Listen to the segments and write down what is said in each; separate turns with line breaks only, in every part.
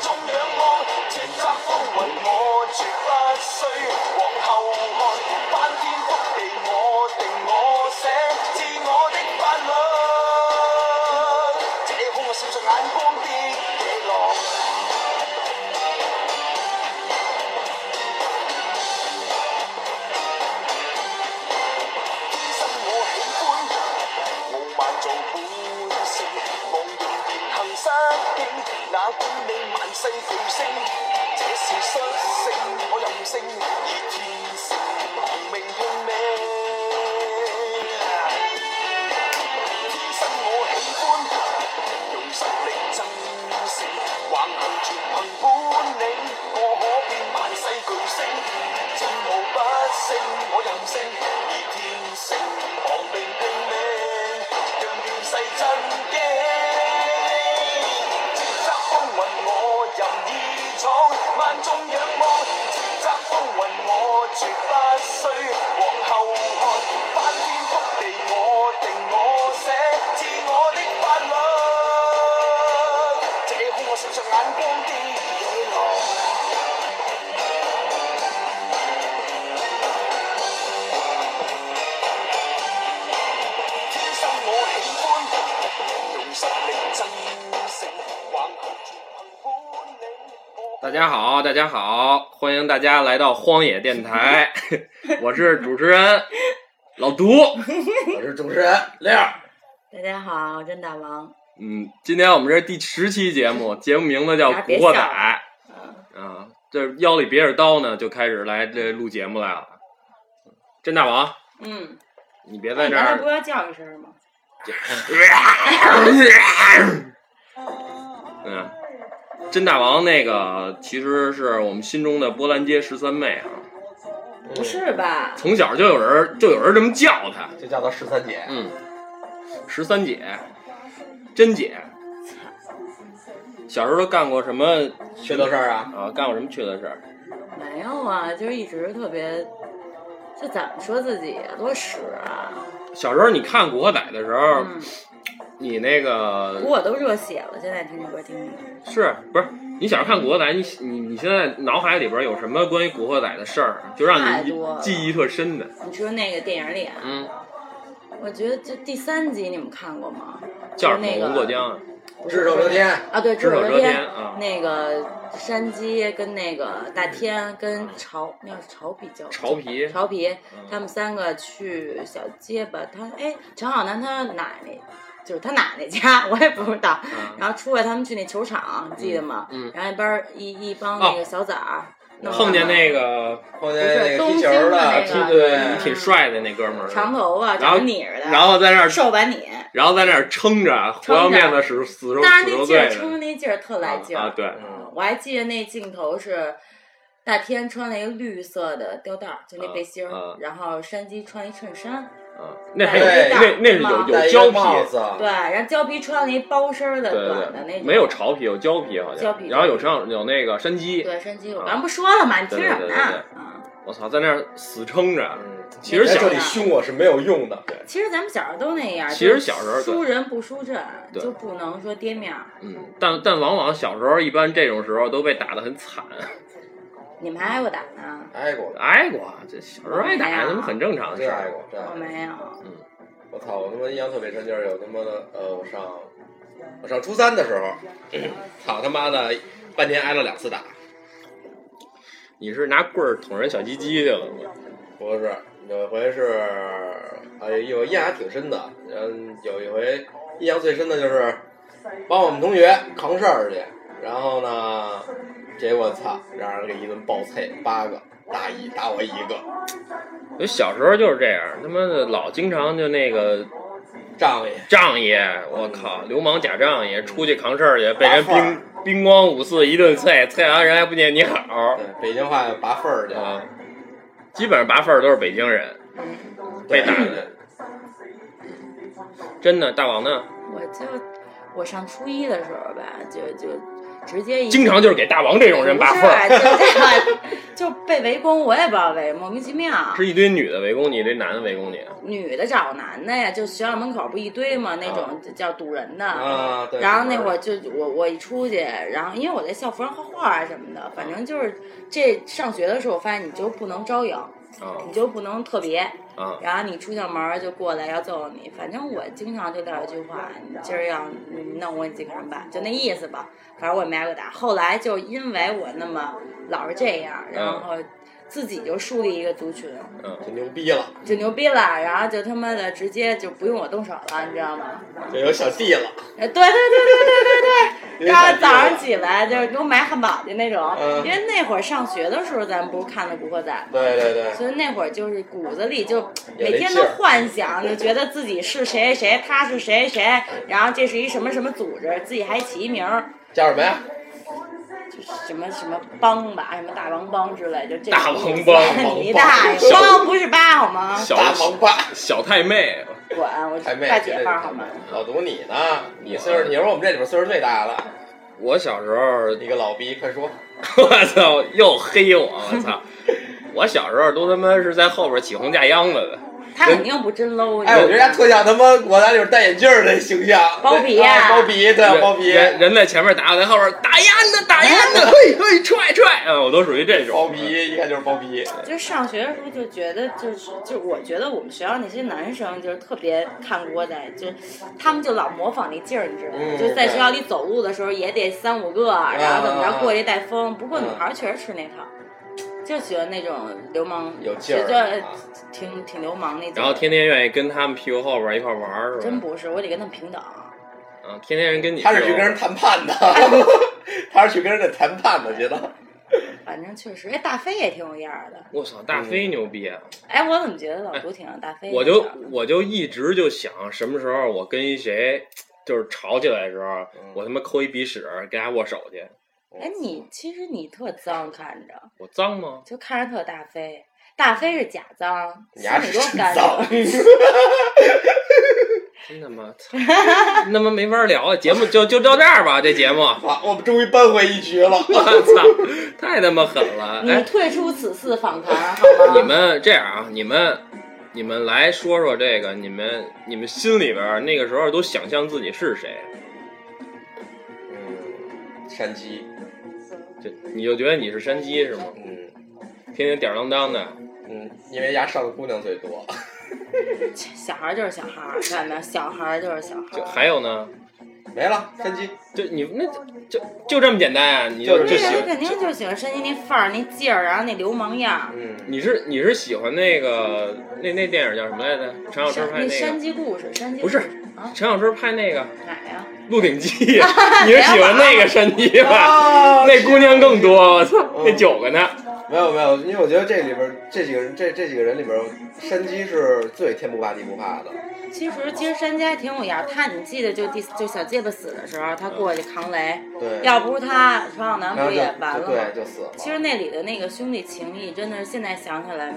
中仰望，叱咤風雲我絕不需往後看，翻天覆地我定我寫，自我的法律。這空我閃着眼光的野狼。天生我喜歡，傲慢做本性，妄言言行失敬，哪管你萬世巨星，這是率性，我任性，以天性同命拼命。天生我喜歡，用實力爭勝，橫行全憑本領，我可變萬世巨星，戰無不勝，我任性，以天性亡命拼命，讓亂世震驚。叱咤風雲我任意闖，萬眾仰望，叱咤風雲我絕不需往後看，翻天覆地我定我寫，自我的法律，這空我閃着眼光的野狼。天生我喜歡，用實力爭勝，橫行全憑本領。我
大家好，大家好，欢迎大家来到荒野电台， 我是主持人老毒。
我是主持人亮儿，
大家好，我真大王。
嗯，今天我们这是第十期节目，节目名字叫
啊
大
《
家
古
别
惑
笑
仔》
嗯，
啊，这腰里别着刀呢，就开始来这录节目来了。甄大王，
嗯，
你别在
你
这
刚才不
啊
儿，
要叫一声吗？
嗯，甄大王那个其实是我们心中的波兰街十三妹啊，
不是吧？
从小就有人就有人这么叫她，
就叫她十三姐。
嗯，十三姐，甄姐，小时候干过什么
缺德事儿啊？
啊？干过什么缺德事儿？
没有啊，就是一直特别，就怎么说自己啊多屎啊！
小时候你看《古惑仔》的时候，
嗯，
你那个
我都热血了，现在听这歌听的，
是不是？你小时候看《古惑仔》，你你你现在脑海里边有什么关于《古惑仔》的事儿，啊就
太
让你
多了
记忆特深的？
你说那个电影里啊，
嗯，
我觉得就第三集你们看过吗？
叫什
就那
么？
个
吴过江啊，
不是
只手遮天，
啊，对，
只手遮
遮
天啊
那个山鸡跟那个大天跟曹，那是曹比较
潮皮，
调皮，
嗯
他们三个去小结巴，他哎，陈浩南他奶奶就是他奶奶家，我也不知道。
嗯
然后出来他们去那球场，你记得吗？
嗯嗯
然后一帮一一帮那个小崽儿，弄
碰见
完了
那个
碰见那个踢球
不
的，
是
踢
东京的那个嗯
对，
挺帅的那哥们儿，
长头发，
然后
长得拧着的，
然后在那儿
瘦版你，
然后在那儿撑着，啊
撑
活
着
要面子使死守
但
死
是那
守
劲
队
儿
的
冲着那劲儿特来劲儿、
啊，对，
嗯我还记得那镜头是。大天穿了一个绿色的吊带儿，就那背心儿、
啊啊
然后山鸡穿一衬衫，
啊，那还有
对
那那是有
戴
有
一
胶
个帽子
皮，，
对，然后胶皮穿了一包身儿的
对对
短的那
对，
种，
没有潮皮，有胶皮好
胶
像，
皮
然后有上有那个山鸡，
对，山鸡，我
啊
刚不说了吗？你听什么
对对
呢？
对对
啊，
我操，在那儿死撑着，
嗯
其实
在这
小
里凶我是没有用的。
其实咱们小时候都那样。
其实小时候
就是输人不输阵，
对
就不能说跌面儿。
嗯，但但往往小时候一般这种时候都被打得很惨，
你们还挨过打呢？
挨过，
挨过，这小时候挨打
哎呀
他妈很正常的
真
事
挨
儿，
过，真挨
我
过。
没有。
我操！我他妈印象特别深，就是有他妈的，呃，我上我上初三的时候，
嗯
操他妈的，半年挨了两次打。
你是拿棍儿捅人小鸡鸡去了吗？
不是，有一回是，呃，有印象还挺深的。嗯，有一回印象最深的就是帮我们同学扛事儿去，然后呢，结果操，让人给一顿暴揍，八个大姨打我一个，
我小时候就是这样，他妈的老经常就那个
仗义。
仗义，我靠，
嗯
流氓假仗义，出去扛事儿去，被人冰冰光五四一顿啐，啐完人还不念你好
对，北京话拔份儿去，
啊！基本上拔份儿都是北京人，
对
被打的。真的，大王呢？
嗯
我就我上初一的时候吧，就就直接一
经常就是给大王这种人
不
把
是
缝
啊
儿，
就就被围攻，我也不知道为什么莫名其妙。
是一堆女的围攻你，这男的围攻你。
女的找男的呀，就学校门口不一堆嘛，那
啊
种叫堵人的。
啊，对。
然后那会儿就我我一出去，然后因为我在校服上画画啊什么的，反正就是这上学的时候，我发现你就不能招摇，
啊
你就不能特别，
啊
然后你出校门儿就过来要揍你。反正我经常就撂一句话，你今儿要弄我，你自己看着办，就那意思吧。反正我也没挨过打。后来就因为我那么老是这样，然后自己就树立一个族群，
嗯
就牛逼了，
就牛逼了，然后就他妈的直接就不用我动手了，你知道吗？
就有小弟了。
哎，对对对 对对对对，
有点
然
感
后
觉
早上起来就是给我买汉堡去那种，因
嗯
为那会儿上学的时候咱们不是看的《古惑仔》吗？
对对对，
所以那会儿就是骨子里就
有那
每天
劲
都
儿
幻想，就觉得自己是谁谁，他是谁谁，然后这是一什么什么组织，自己还起一名儿，
叫什么呀？
就是什么什么帮吧，什么大王帮之类，就这
大
种
王
意思
帮
你大爷，
王帮
帮不是八好吗？
小
大王八。
小太妹，
管我
太妹，
大姐帮好吗？
老毒你呢？你岁数，你说我们这里边岁数最大的，
我小时候
一个老逼，快说！
我操，又黑我，我 操！我小时候都他妈是在后边起红架秧子的，
他肯定不真搂你。
哎，我觉得他特像他妈我那里边戴眼镜儿的形象，
包皮呀
啊包皮，对，包皮，哎
人人在前面打，我在后边打烟呢，打烟呢，嘿嘿，踹踹，啊，我都属于这种
包皮，一看就是包皮。
就上学的时候就觉得，就是就我觉得我们学校那些男生就是特别看古惑仔，就是他们就老模仿那劲儿，你知道吗？
嗯
就在学校里走路的时候也得三五个，然后怎么着过去带风。不过女孩儿确实吃那套，就喜欢那种流氓，
有劲儿
就
啊
就挺挺流氓那种。
然后天天愿意跟他们屁股后边一块玩儿，是
真
吧？
不是，我得跟他们平等。
啊，天天人跟你
他是去跟人谈判的，
哎
他是去跟人家谈判的，觉得
反正确实，哎，大飞也挺有样儿的。
我操，大
嗯
飞牛逼啊！
哎，我怎么觉得老朱挺像大飞一样
我
的？
就我就一直就想，什么时候我跟一谁就是吵起来的时候，我他妈抠一鼻屎跟他握手去，
哎，你其实你特脏，看着。
我脏吗？
就看着特大飞，大飞是假脏，
你
心
丫
里
是
多
真
干
脏
净。。
真他 妈操，那么没法聊啊！节目就就到这儿吧，这节目，我
哇，我们终于扳回一局了。
操，太他妈狠了！
你
哎，
退出此次访谈好 吗？
你们这样啊，你们你们来说说这个，你们你们心里边儿那个时候都想象自己是谁，啊
嗯，山鸡，
就你就觉得你是山鸡是吗？
嗯
天天吊儿郎当的，
嗯，因为丫上的姑娘最多，
小孩儿就是小孩儿，看到没有？小孩儿就是小孩
就
儿。
还有呢，
没了，山鸡。
就你那就就这么简单啊？你就
就
就是喜
那人
欢
肯定就喜欢山鸡那范儿、那劲儿，然后那流氓样儿。
嗯，
你是你是喜欢那个那那电影叫什么来着？陈小春
嗯
山
拍
那
那
山
个
鸡故事，山鸡
不是
故事啊？
陈小春拍那个。
哪呀？
《鹿鼎记》，你是喜欢那个山鸡
哦
吧？
啊
那姑娘更多，我操，那
嗯
九个呢？
没有没有，因为我觉得这里边儿这几个人，这这几个人里边儿，山鸡是最天不怕地不怕的。
其实其实山鸡还挺有样儿。他你记得就第就小结巴死的时候，他过去扛雷，
对，
要不是他，陈小南
然
不
后就
也完了
就
吗？
对，就死了。
其实那里的那个兄弟情谊，真的是现在想起来，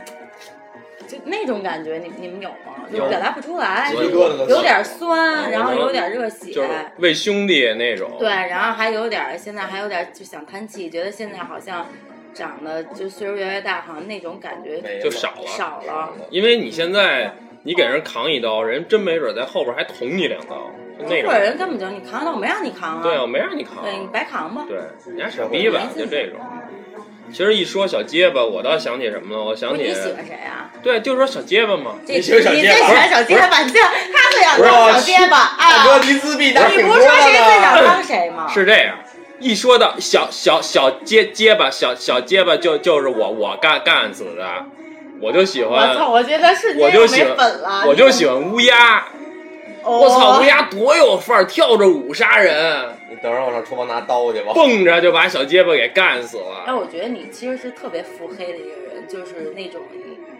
就那种感觉，你你们有吗？就
有
表达不出来，
鸡皮疙瘩都
有点酸，
嗯
然后
我能
有点热血，
就是为兄弟那种。
对，，然后还有点现在还有点就想叹气，觉得现在好像长得就岁数越来越大，好像那种感觉
没了
就少了
少了。
因为你现在你给人扛一刀，人真没准在后边还捅你两刀，就那
或者
种。
人根本就你扛到我没让你扛啊，
对，我没让你扛。
对你白扛吧。
对，你还傻逼吧？就这种。其实一说小结巴，我倒想起什么了？我
不
想
是
起
你，喜欢谁啊？
对，就说小结巴嘛。
这
你喜欢小
你
结
最
巴
喜欢小结巴，你这他最想当小结巴
大哥，
啊！
你自闭点
你
挺
不
多
是说谁最想
的。
当谁吗？
是这样，一说到小小小结结巴，小小结巴就就是我我干干死的，我就喜
我
欢
操！我觉得瞬
我
间
就
就
喜
没
欢
本了，
我就喜欢乌鸦，
哦
我操，乌鸦多有范儿，跳着舞杀人，
你等会儿我上厨房拿刀去吧。
蹦着就把小结巴给干死
哎，
了。
我觉得你其实是特别腹黑的一个人，就是那种，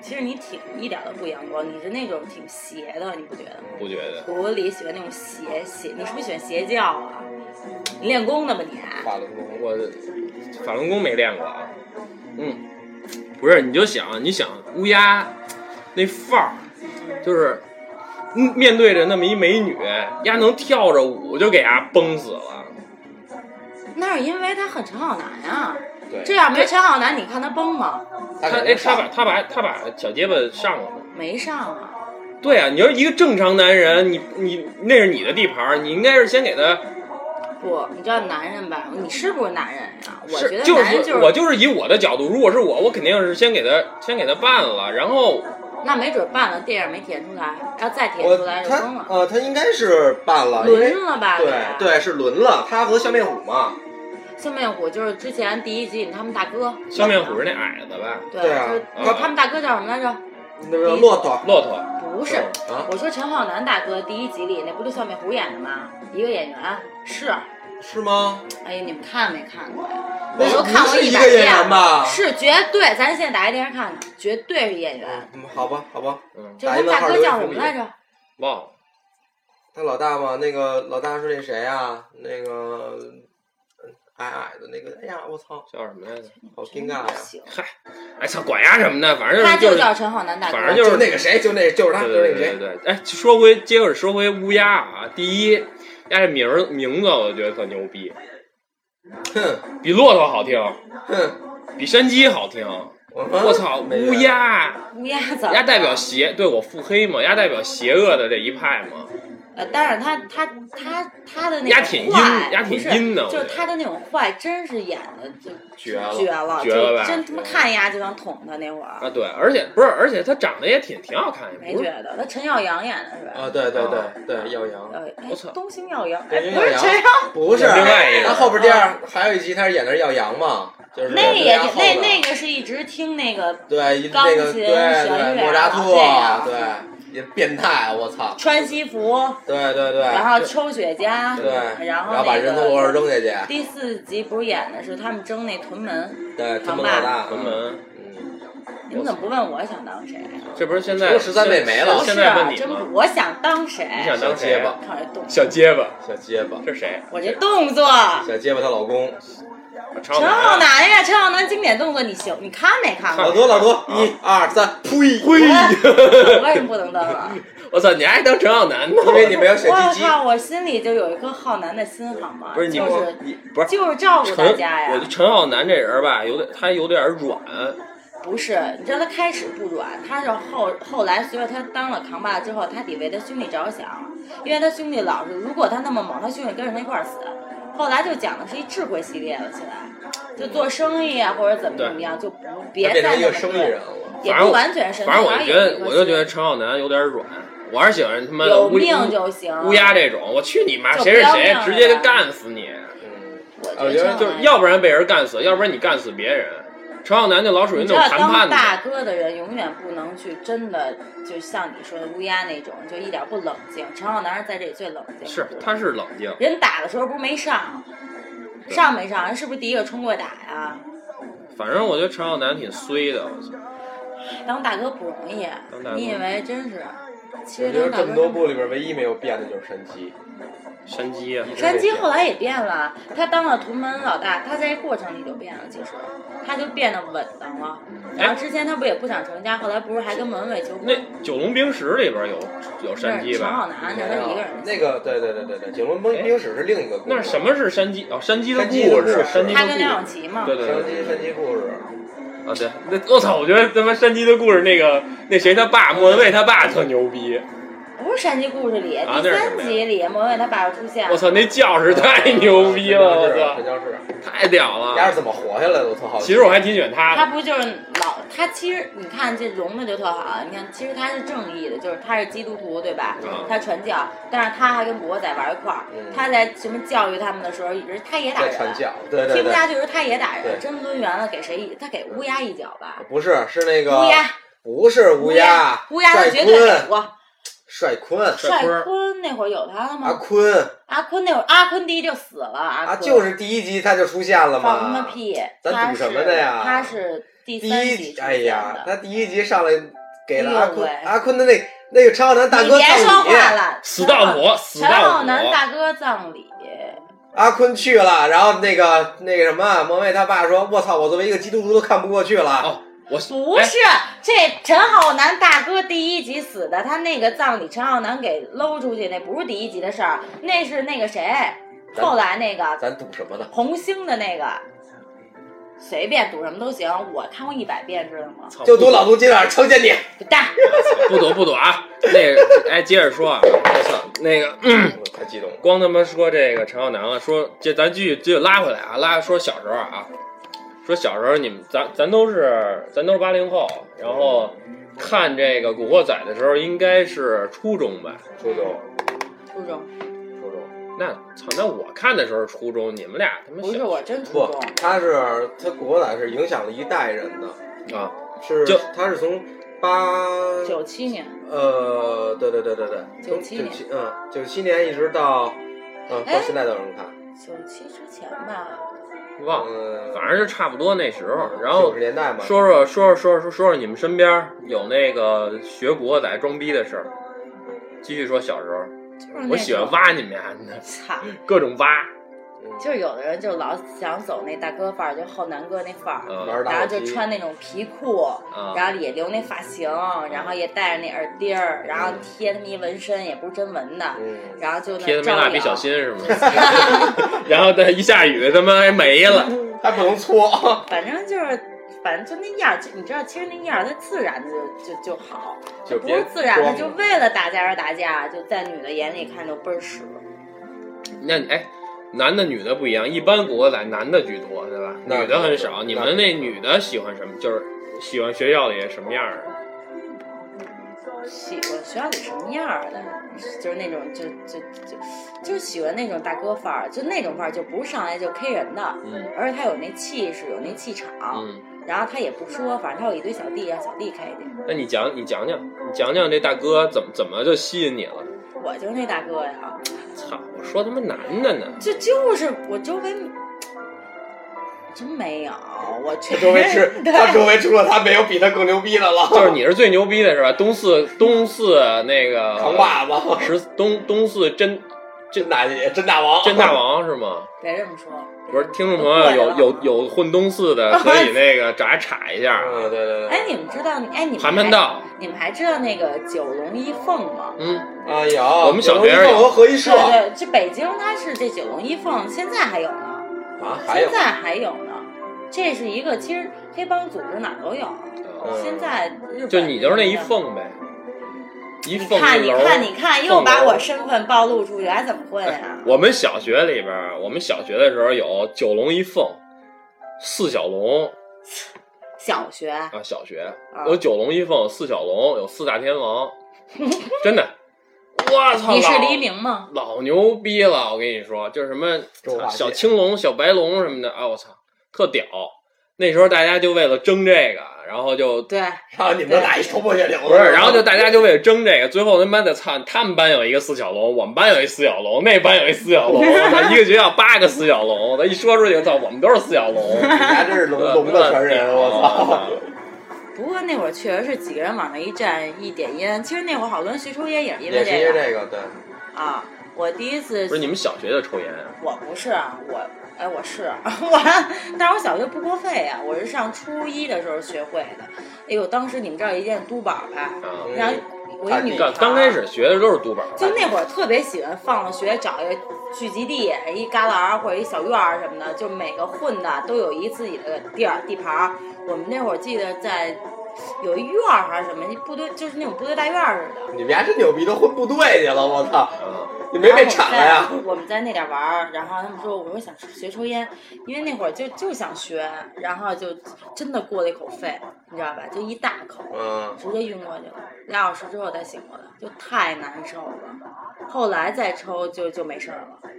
其实你挺一点都不阳光，你是那种挺邪的，你不觉得吗？
不觉得？
我里喜欢那种邪邪，你是不是喜欢邪教啊？你练功的吧你？
法轮功，
我法轮功没练过啊。嗯，不是，你就想，你想乌鸦那范儿，就是嗯面对着那么一美女，丫能跳着舞就给丫崩死了。
那是因为他很陈浩南啊。
对，
这要没陈浩南，你看他崩吗？
他
他
肯
哎，
定
他
上
把他把他把小结巴上了吗。
没上啊。
对啊，你要是一个正常男人，你你那是你的地盘儿，你应该是先给他
不，你知道男人吧？你是不是男人啊？我觉
是，
得
就
男人
是我就是以我的角度，如果是我，我肯定是先给他先给他办了，然后
那没准办了，电影没填出来，要再填
我
出来就崩
他
了，
呃，他应该是办了，因为
轮了吧？
对对是轮了，他和笑面虎嘛，
笑面虎就是之前第一集他们大哥，
笑面虎是那矮子吧，
对
对啊
就是
嗯
不是他们大哥叫什么来着？
那个骆驼
骆驼
不是，
啊，
我说陈浩南大哥第一集里那不就笑面虎演的吗？一个演员是，
是吗？
哎呀，你们看没看过呀？
那
我都看
不
过
是
一
一
百
个演
遍
员吧
了，？是绝对，咱现在打开电视看的，绝对是演员。
嗯，好吧，好吧，
就是他们大哥叫什么来着？
嗯忘了，
他老大嘛，那个老大是那谁啊？那个嗯矮矮的那个，哎呀，我操，
叫什么来着？
好尴尬
不
呀！
行，
嗨，哎操，管呀什么的，反正
他
就
就是叫啊陈浩南大
反正
哥。
就是
那个啊谁，就那，就是他，
对
就是
对
那个
对对
谁。
对，哎，说回接着说回乌鸦啊，第一，丫这名儿名字我觉得特牛逼，
哼
比骆驼好听，
哼，
比山鸡好听。我
我
操，乌，鸦，
乌鸦怎么？
鸦代表邪，对我腹黑嘛，鸦代表邪恶的这一派嘛。
呃，但是他他他他的那
丫
种
挺
坏
阴，丫挺
不是
阴的我
就是
觉得
他的那种坏，真是演的就
绝了
绝了，
绝了吧
就真他妈看丫就想捅他那会儿，
啊，对，而且不是，而且他长得也挺挺好看，也
没
不
觉
是
得。那陈耀阳演的是吧？
啊，对对对对，耀阳，
呃，哎
我操，
东兴耀阳，
东
哎，
兴
不
耀
是
阳
陈耀，
不是，
另外一个
他后边第二还有一集，他是演的是耀阳嘛，就是
那也
后
挺
的
那那个是一直听那个
对一
钢
那个
琴
对
旋
对
律
莫扎
啊
特
这样，
对也变态，啊我操，
穿西服，
对对对，
然后抽雪茄，
对，
然后
后把
那
人
个
从楼上扔下去，
第四集不是演的是他们争那屯门，
对，他
扛
们
把
老大，
咱们
嗯，
你们怎么不问我想当谁？啊
这不是现在
除了13妹没了
不
哎现
是
在问
啊，
你
真不
吗？
我想当谁？
你想
小
当
结
谁
巴
啊？
看我这动作，
小结巴，
小结巴，
这是谁？
我这动作，
小结巴她老公，
陈
陈
浩
浩
南啊。
南呀，陈浩南经典动作，你行，你看没看
老
过？哎
多老多，
啊
一二三，呸呸，
我为什么不能当 啊？
我操，你还当陈浩南呢？
因为你没有选
我
鸡鸡，
靠，我心里就有一颗浩南的心，好吗？
不是你
就是
你不是
就是照顾
陈，
大家
我觉得
呀。
陈浩南这人吧，有点他有点软，
不是，你知道他开始不软，他是后后来随着他当了扛把子之后，他得为他兄弟着想，因为他兄弟老是，如果他那么猛，他兄弟跟着他一块儿死。后来就讲的是一智慧系列了，起来就做生意啊，或者怎么怎么样，就不别
她变
再
成一
那
个
么
生意
对
人，了，
也
反正
不
我
完全是，
反正我
他
觉
也有
得
一，颗
我就觉得
心
陈浩南有点软，我还是喜欢他妈的
有
乌
命就行，
乌鸦这种，我去你妈，
就
谁是
不要
谁
命，了
直接就
呗
干死你，
嗯，
我
我觉
觉
得
得
就
哦就是是要不然被人干死，要不然你干死别人。陈浩南就老属于
你
那
知
种
道
谈判
当
的，
大哥的人永远不能去真的，就像你说的乌鸦那种，就一点不冷静。陈浩南是在这里最冷静的。
是他是冷静，
人打的时候不是没上，
对
上没上？人是不是第一个冲过打呀？
反正我觉得陈浩南挺衰的，我操。
当大哥不容易
当大，哥
你以为真是？其
我
实
觉得
当
这
大
么多
哥。
部里边唯一没有变的就是山鸡，
山鸡啊，
山鸡后来也变了，他当了屯门老大，他在这过程里就变了，其实他就变得稳当了。然后之前他不也不想成家，后来不是还跟文伟求婚？
哎那九龙冰石里边有有山
是
鸡
陈浩
吧？
南，
没
那他一个人
有，那个对对对对对，九龙冰冰史是另一个故事，
哎那什么是山鸡？哦，山鸡的
山鸡的故
事
事，
山鸡的
他跟梁
故
咏
事。
琪嘛，
对对
山
对
鸡
对，
山鸡故事，
啊对，那我操，我觉得他妈山鸡的故事那个那谁他爸莫文蔚他爸特牛逼，
不是山鸡故事里，
啊
第
那是什
三
么呀
集里莫文蔚他爸爸出现，
我操那教 室太牛逼了，我
陈
操
教士，
太屌
丫
了。
是怎么活下来的？我特好奇。
其实我还挺喜欢他
他
的，
不就是老他其实你看这融的就特好，啊你看其实他是正义的，就是他是基督徒对吧
嗯？
他传教，但是他还跟国仔玩一块儿
嗯，
他在什么教育他们的时候，人他也打
在
人，
传教，对对
听不
对，
下去时候他也打
对
人，真抡圆了给谁一他给乌鸦一脚吧，
不是是那个
乌鸦
不是乌
鸦乌鸦他
帅
绝对
坤
给，过，
帅坤，
帅
帅
坤
坤那会儿有他了
阿
吗？
坤
阿坤那会儿阿坤第一就死了，阿
啊，
坤
就是第一集他就出现了
放什么
嘛，
屁？
咱
他
赌什
是
么的呀
他是第
第
三
一
集
集，
出
哎
现
呀
的，
他第一集上来给了阿
哎呦
坤
喂，
阿坤的那那个陈浩南大
你
哥
别说
葬礼，
话了，
死道
陈浩
火，死
陈
道
浩
火。
南大哥葬礼，
哎阿坤去了，然后那个那个什么，莫蔚他爸说：“我操，我作为一个基督徒都看不过去了。
哦，我
不是这陈浩南大哥第一集死的，他那个葬礼陈浩南给搂出去，那不是第一集的事儿，那是那个谁。
咱
后来那个
咱赌什么呢？
红星的那个，随便赌什么都行，我看过一百遍，知道吗？
操
就赌老杜今晚上强奸你。
滚蛋！
不躲不躲啊！那个，哎，接着说啊，我操，那个
我嗯太激动了。
光他妈说这个陈浩南了，说这咱继续继续拉回来啊，拉说小时候啊，说小时候你们咱咱都是咱都是八零后，然后看这个《古惑仔》的时候应该是初中吧？
初中，
初中
初中，
那操，那我看的时候是初中，你们俩他妈
不是
小
我真初
不
中，，
他是他古惑仔是影响了一代人的，
啊，
是
就
他是从八
九七年。
呃，对对对对对，从
97年
九七嗯九七年一直到嗯到
哎
现在都有人看，
九七之前吧，
忘了，
嗯，
反正就差不多那时候。然
九
后
十年代嘛，
说说说说说说说你们身边有那个学古惑仔装逼的事儿，继续说小时候。
就是那种
我喜欢，挖你们呀，
操，
各种挖，
嗯
就是有的人就老想走那大哥范儿，就后南哥那范儿，
嗯
玩
然
打
后
火
就
机，
穿那种皮裤，
啊
然后也留那发型，然后也戴着那耳钉儿，然后贴他妈一纹身，也不是真纹的，
嗯，
然后就
嗯贴
那
他妈蜡
招
笔
摇。
小新是吗？ 然后他一下雨，他妈还没了。
还不能搓，
反正就是。反正就那样儿，就你知道，其实那样儿它自然的就就就好，
就
不
别
是自然的
装
就
了
为了打架而打架，就在女的眼里看就倍儿屎。
那你哎，男的女的不一样，一般国仔男的居多，对吧？
那
女的很少。
那
你们那女的喜欢什么？就是喜欢学校里什么样儿的？
喜欢学校里什么样儿的，就是那种就就就就是喜欢那种大哥范儿，就那种范儿就不是上来就 K 人的，
嗯
而且他有那气势，有那气场，
嗯，
然后他也不说，反正他有一堆小弟，让小弟开去。
那你讲你讲讲，你讲讲这大哥怎么怎么就吸引你了？
我就是那大哥呀，
操！我说他妈男的 呢，
这就是我周围真没有，我
他
全
周围吃
，对
他周围除了他没有比他更牛逼的了，
就是你是最牛逼的是吧？东四东四那个
扛把子，
十东东四真
真大姐，真大王，
真大王是吗？
别这么说，
不是，听众朋友有有有混东四 的，可以那个找来查一下。
嗯，对对对，
哎，你们知道哎你们
盘盘道，
还你们还知道那个九龙一凤吗？
嗯，
啊有，
我们小学
有
有
龙一凤和合一社
对对，这北京它是这九龙一凤，现在还有呢，
啊，还有
现在还有呢。这是一个，其实黑帮组织哪儿都有。
嗯
现在日本
就你就是那一，凤呗，一
你
凤
看
一
你
楼。
看你看，又把
凤楼哎
我身份暴露出去，还怎么混啊？
我们小学里边儿，我们小学的时候有九龙一凤，四小龙
小学
啊，小学有九龙一凤，四小龙，有四大天 王，真的。我操！
你是
老
黎明吗？
老牛逼了，我跟你说，就是什么
中华
小
界
青龙、小白龙什么的，啊，我操，特屌！那时候大家就为了争这个，然后就
对，
然后啊你们都打一头破血流的，
不是，然后就大家就为了争这个，最后他妈的操，他们班有一个四小龙，我们班有一四小龙，那班有一四 小龙，我操，一个学校八个四小龙，我一说出去，操，我们都是四小龙，
你还真是龙龙的传人，我操！！
不过那会儿确实是几个人往那一站一点烟，其实那会儿好多人学抽烟也是因为
也是因为
这
这个，对，
个啊。我第一次
不是你们小学就抽烟啊？
我不是啊，我哎，我是 我，但是我小学不过费啊，我是上初一的时候学会的。哎呦，当时你们知道一件督宝吧？
啊，
然后我一女
刚
孩，
刚开始学的都是督板，
就那会儿特别喜欢放了学找一个聚集地，一旮旯儿或者一小院儿什么的，就每个混的都有一自己的地儿地盘儿。我们那会儿记得在有一院儿还是什么部队，就是那种部队大院儿似的。
你们家真牛逼，都混部队去了，我操！
啊，
你没被铲了呀
然后？我们在我们在那点玩儿，然后他们说，我说想学抽烟，因为那会儿就就想学，然后就真的过了一口肺，你知道吧？就一大口，
嗯，
直接晕过去了，俩小时之后才醒过来，就太难受了。后来再抽就就没事儿了，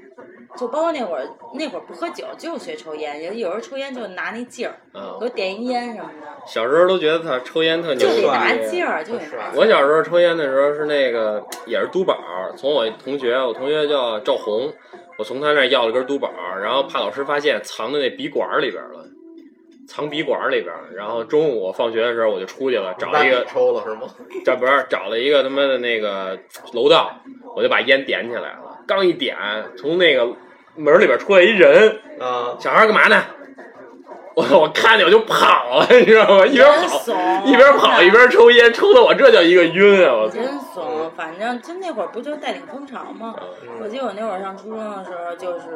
就包括那会儿那会儿不喝酒，就学抽烟，有有时候抽烟就拿那劲儿，
啊
有点烟什么的，
小时候都觉得他抽烟特牛
就
逼
得拿
帅
劲儿，就得
帅
拿劲儿。
我小时候抽烟的时候是那个也是督宝，从我同学，我同学叫赵红，我从他那儿要了根督宝，然后怕老师发现，藏在那笔管里边了，藏笔管里边了。然后中午我放学的时候我就出去了，找一
那
个
你抽了是吗？
找不是找了一个他妈的那个楼道，我就把烟点起来了。刚一点，从那个门里边出来一人，
啊，
小孩干嘛呢？我我看见我就跑了，你知道吗？一边
真
跑
怂
嗯
一边跑一边抽烟，抽的我这叫一个晕啊！我操！
真怂，种，反正就那会儿不就是带领风潮吗？我记得我那会儿上初中的时候，就是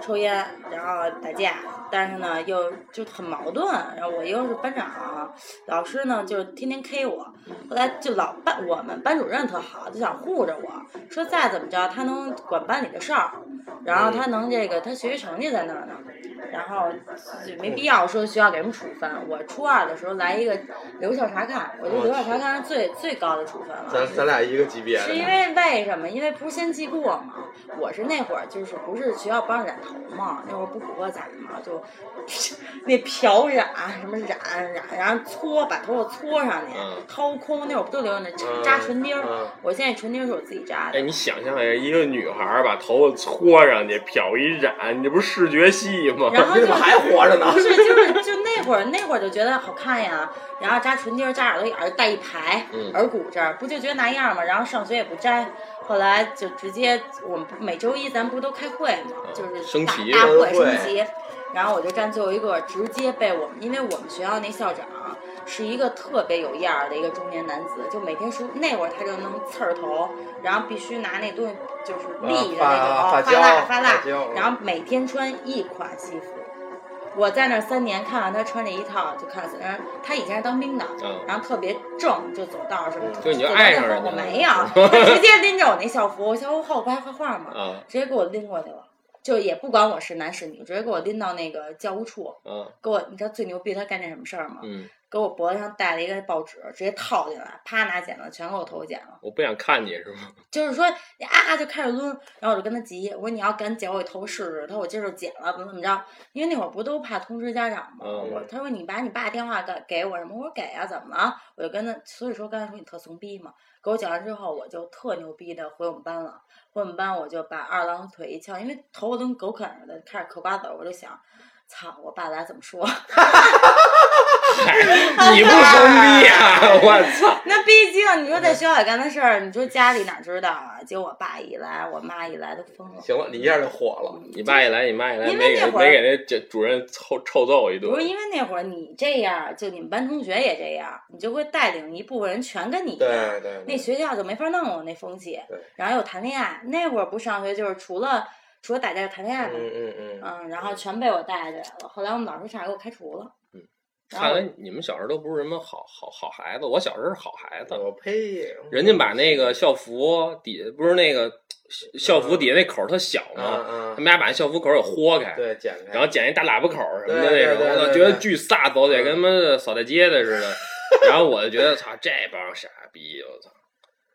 抽烟，然后打架，但是呢又就很矛盾。然后我又是班长，老师呢就天天 K 我，后来就老班我们班主任特好，就想护着我，说再怎么着他能管班里的事儿，然后他能这个他学习成绩在那儿呢。然后就没必要说学校给什么处分。我初二的时候来一个留校查看，我觉得留校查看是最最高的处分了。
咱咱俩一个级别的，
是因为为什么？因为不是先记过嘛。我是那会儿就是不是学校帮染头嘛，那会儿不补过染嘛，就 那漂染什么染染，然后搓把头发搓上去
嗯，
掏空。那会儿不都流行
嗯
那扎唇钉儿
嗯？
我现在唇钉儿是我自己扎
哎，
的。
你想象一下，一个女孩儿把头发搓上去，漂一染，你这不是视觉系吗？
然后
你
就
怎么还活着呢？
不是，就是就那会儿，那会儿就觉得好看呀，然后扎唇钉儿、扎耳朵眼儿、戴一排，
嗯
耳骨这儿不就觉得那样嘛？然后上学也不摘，后来就直接我们不每周一咱不都开会嘛，就是
升
大
旗
大会
啊开会
升旗，然后我就站最后一个，直接被我们，因为我们学校那校长是一个特别有样儿的一个中年男子，就每天梳那会儿他就能刺儿头，然后必须拿那东西就是立着那种、
啊
发
发发
蜡
胶
发蜡
发胶，嗯
然后每天穿一款西服。我在那儿三年，看完他穿这一套就看死。然后他以前是当兵的，
嗯
然后特别正，就走道什么的。
就你就爱上人家
我
了
没有，他直接拎着我那校服，我校服后我不还画画嘛，
啊
直接给我拎过去了，就也不管我是男是女，直接给我拎到那个教务处，
啊，
给我你知道最牛逼他干件什么事儿吗？
嗯，
给我脖子上戴了一个报纸，直接套进来，啪拿剪子全给我头剪了。
我不想看你是吗？
就是说啊，就开始抡，然后我就跟他急，我说你要敢剪我头试试，他说我今儿就剪了，怎么怎么着？因为那会儿不都怕通知家长吗？
嗯
我他说你把你爸电话给给我什么？我说给啊，怎么了？我就跟他，所以说刚才说你特怂逼嘛。给我讲完之后，我就特牛逼的回我们班了。回我们班我就把二郎腿一翘，因为头发都跟狗啃似的，开始嗑瓜子儿，我就想，操，我爸来怎么说？
你不怂逼啊！我操！
那毕竟你说在学校里干的事儿，你说家里哪知道啊？结果我爸一来，我妈一来都疯了。
行了，你一下就火了。
你爸一来，你妈一来，
因
没
为
给
那会儿
没给那这主任臭臭揍一顿
不。是因为那会儿你这样，就你们班同学也这样，你就会带领一部分人全跟你一样。
对对
那
对，
学校就没法弄了那风气
对，
然后又谈恋爱。那会儿不上学就是除了除了打架就谈恋爱嘛，
嗯嗯嗯，
嗯，然后全被我带起来了。后来我们老师差点给我开除了。
看来你们小时候都不是什么好好好孩子，我小时候是好孩子。
我呸！
人家把那个校服底不是那个校服底下那口儿特小
啊
嘛，
嗯
啊他
嗯，
们俩把校服口儿给豁开，
对，剪开，
然后剪一大喇叭口儿什么的
对
那种，
对对
我
对
操，觉得
对
巨飒，走起来
嗯
跟他妈扫大街的似的。然后我就觉得，操，这帮傻逼！我操，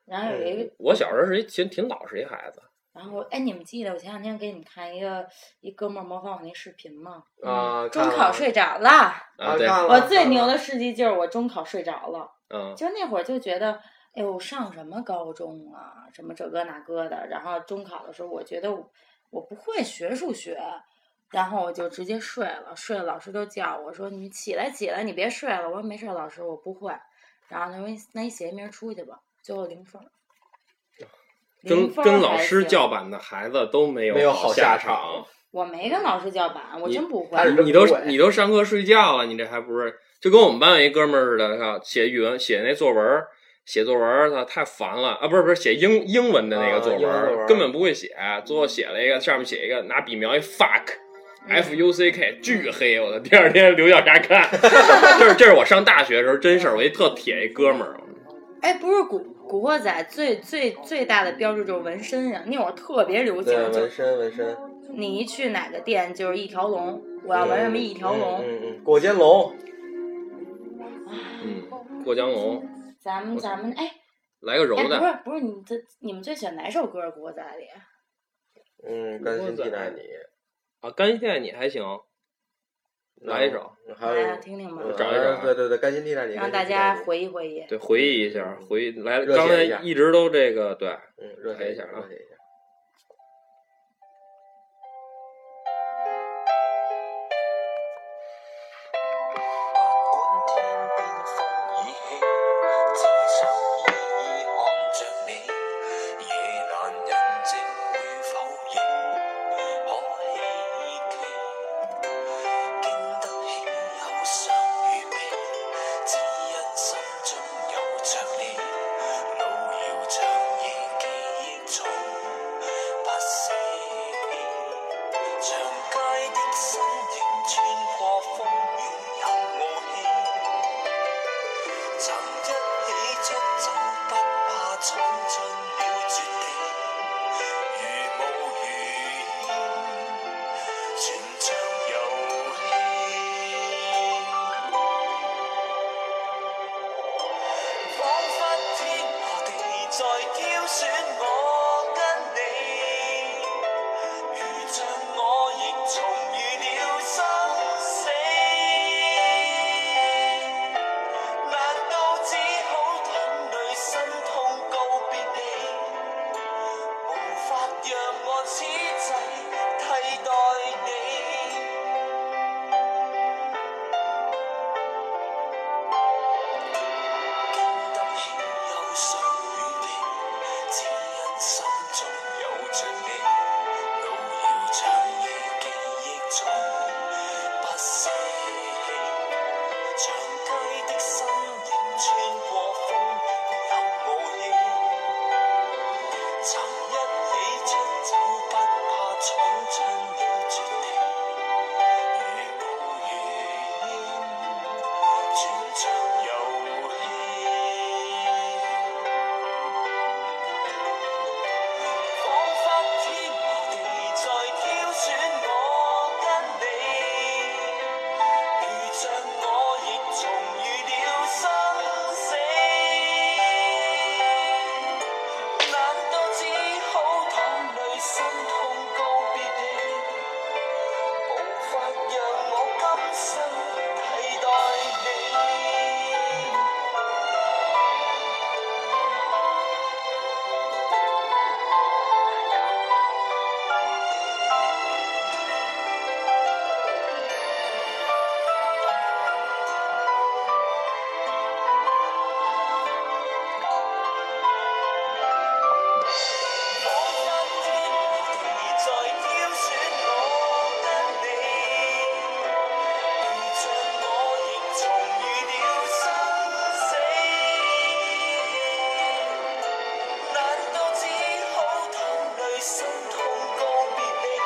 然后有一
嗯
个，
我小时候是一挺挺老实一孩子，
然后我哎，你们记得我前两天给你们看一个一哥们儿模仿我那视频吗？
啊，
中考睡着了，
啊，嗯对，
我最牛的事迹就是我中考睡着了。
嗯，
就那会儿就觉得，哎呦，上什么高中啊，什么这个那个的。然后中考的时候，我觉得我我不会学数学，然后我就直接睡了。睡了，老师都叫我说：“你起来，起来，你别睡了。”我说：“没事儿，老师，我不会。”然后他说：“那你写一名出去吧。”最后零分儿。
跟
零分儿
跟老
还
师
行，
叫板的孩子都没有
没有好
好
下
场，
我没跟老师叫板，我
你
真不
他是
会。
你你
真不
都
会
你都上课睡觉了，你这还不是就跟我们班有一哥们儿似的，操，写语文写那作文儿，写作文儿，操，太烦了啊！不是不是，写英英文的那
啊
个作
英
文
文
儿，
作文儿
根本不会写，最后写了一个上面写一个拿笔描一 fuck。F
嗯
U C K 巨黑，我的第二天留校查看， 这是这是我上大学的时候真事儿，我一特铁一哥们儿，
哎，不是古古惑仔最最最大的标志就是纹身呀，那会儿特别流行，
对
就是
纹身纹身，
你一去哪个店就是一条龙，我要纹什么一条龙。
嗯嗯，过肩龙，
嗯，过江龙
咱们咱们哎
来个柔
哎，不
的，
是不是，你这你们最喜欢哪首歌？古惑仔里
嗯，甘心替代你，
啊，甘心替代你还行，来一首，
嗯还
来
有嗯
听听吧，
啊
对对对，甘心替代你，
哎让大家回忆回忆。
对，回忆一下，回忆来，
嗯热血
刚才
一下
一直都这个对，
嗯，热血一
啊
下，热血一下。
不管天边風已起，只想依依看着你。夜難人靜會否應可希冀？經得起口上與鼻，只因心中有着你。路遙長选我跟你，遇着我亦重遇了生死。難道只好淌淚心痛告別你？無法讓我此際替代你。經得起憂傷與悲，只因心中有着你。路遙長夜，記憶中不捨棄。長街的身影穿過風雨後無意，曾一起出走，不怕闖進了絕地。如無如煙，轉着遊戲。彷彿天和地在挑選我跟你，遇着我亦重遇了生死。難道只好淌淚心痛告別你？無法讓我今生替代你。我今天地在挑選我跟你，遇着我亦重遇了生死。難道只好淌淚心痛告別你？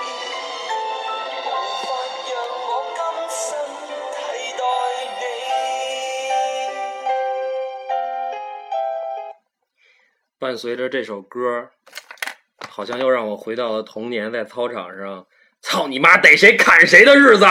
無法讓我今生替代你。
伴随着这首歌，好像又让我回到了童年在操场上操你妈逮谁砍谁的日子。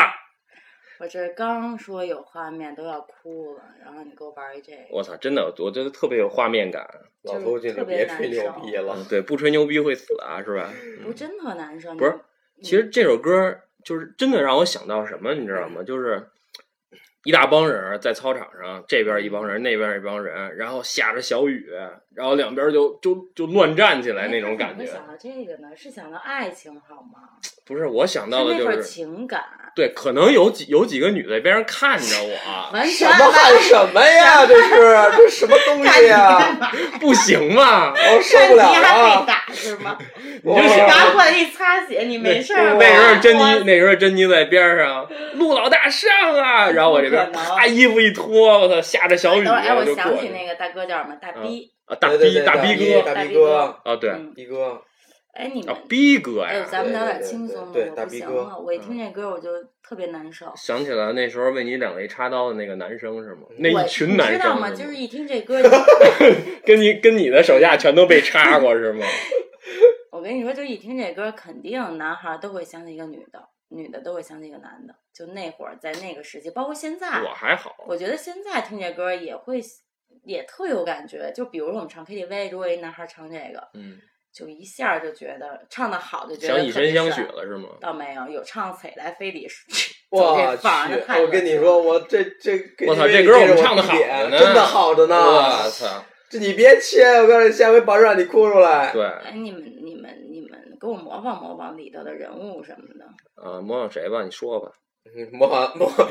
我这刚说有画面都要哭了，然后你给我玩一这个，
我操，真的，我觉得特别有画面感。
老头子就别吹牛逼了，
嗯对，不吹牛逼会死啊，是吧？
不真特难受。
不是
你，
其实这首歌就是真的让我想到什么，你知道
嗯
吗？就是一大帮人在操场上，这边一帮人，那边一帮人，然后下着小雨，然后两边就就就乱站起来那种 感
哎
觉
怎。么会想到这个呢？是想到爱情好吗？
不是，我想到
是
的
那
就
份
是，
情 感，
对，可能有几有几个女的在边上看着 我，
完
什
全
么
完
看什么呀？这是这什么东西 呀？
不行吗？
我受
看
不
你
了啊
还被
了！
打是吗？
你
哇
就啊想
拿过来一擦血，你 没事儿吧？
那时候珍妮，
我
那时候珍妮在边上，陆老大上啊！ 然后我这边
不可能
啪衣服一脱，我操，下着小雨
等会儿哎，我
就
想
过
起
去
那个大哥叫什么？大逼。
啊，大
对对对
逼大
逼
逼哥
大
大
逼
逼
哥，
啊，对
嗯
逼哥，
哎，你
啊
们，
逼哥
哎呦，
呀，
咱们聊点
对对
轻
对
松的，
对
我
大
不
逼
行
哥
了，我一
嗯
听这歌我就特别难受。
想起来那时候为你两肋插刀的那个男生是吗？那
我
一群男生嗯
你知道吗？
吗
就是一 听这歌，你
跟你跟你的手下全都被插过是 吗？
我跟你说，就一听这歌，肯定男孩都会想起一个女的，女的都会想起一个男的。就那会儿，在那个时期，包括现在，
我还好，
我觉得现在听这歌也会也特有感觉。就比如说我们唱 KTV，如果一男孩唱这个，
嗯，
就一下就觉得唱的好，就觉得
想以
特别
身相
帅
许了是吗？
倒没有，有唱《璀璨飞里》 走
我
这
去
范儿，那太！
我
恶
跟
心
你
了
说，我这这，
我操，
给你
这歌
这
我们
是
唱的好
必点
着呢，
真的好着
我
呢。
操，
这你别切，我告诉你，下回保证让你哭出来。
对，
哎，你们、你们、你们，给我模仿模仿里头的人物什么的。
啊，模仿谁吧？你说吧，
嗯模 仿模仿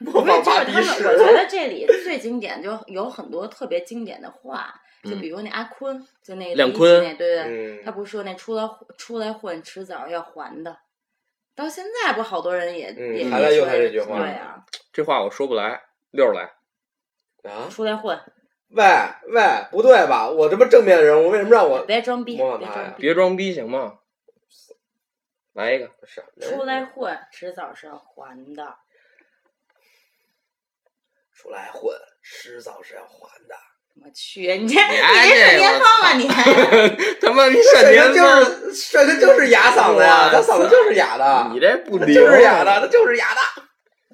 模
不是，
仿
就
芭
是
比
他们，我觉
史，
得这里最经典就有很多特别经典的话，就比如那阿坤，就那个
亮
第一集
坤
那对对对，
嗯
他，不是说那出来出来混，迟早要还的。到现在不好多人也、
嗯
也
还在
说
用他这句话
对啊，
这话我说不来，六来，
啊，
出来混，
喂喂，不对吧？我这么正面的人物，为什么让我
别装逼，
模仿
别
他呀
装逼，
别装逼行吗？来 一个，
傻逼
出来混，迟早是要还的。
出来混，迟早是要还的。
我去，你这你
哎
这是
这
年
我
糕啊你！
他妈你
帅
闪
哥
电
就是帅哥就是哑嗓子呀，他嗓子就是哑的，
啊你这啊不
他
灵，
啊就是哑的，他就是哑的。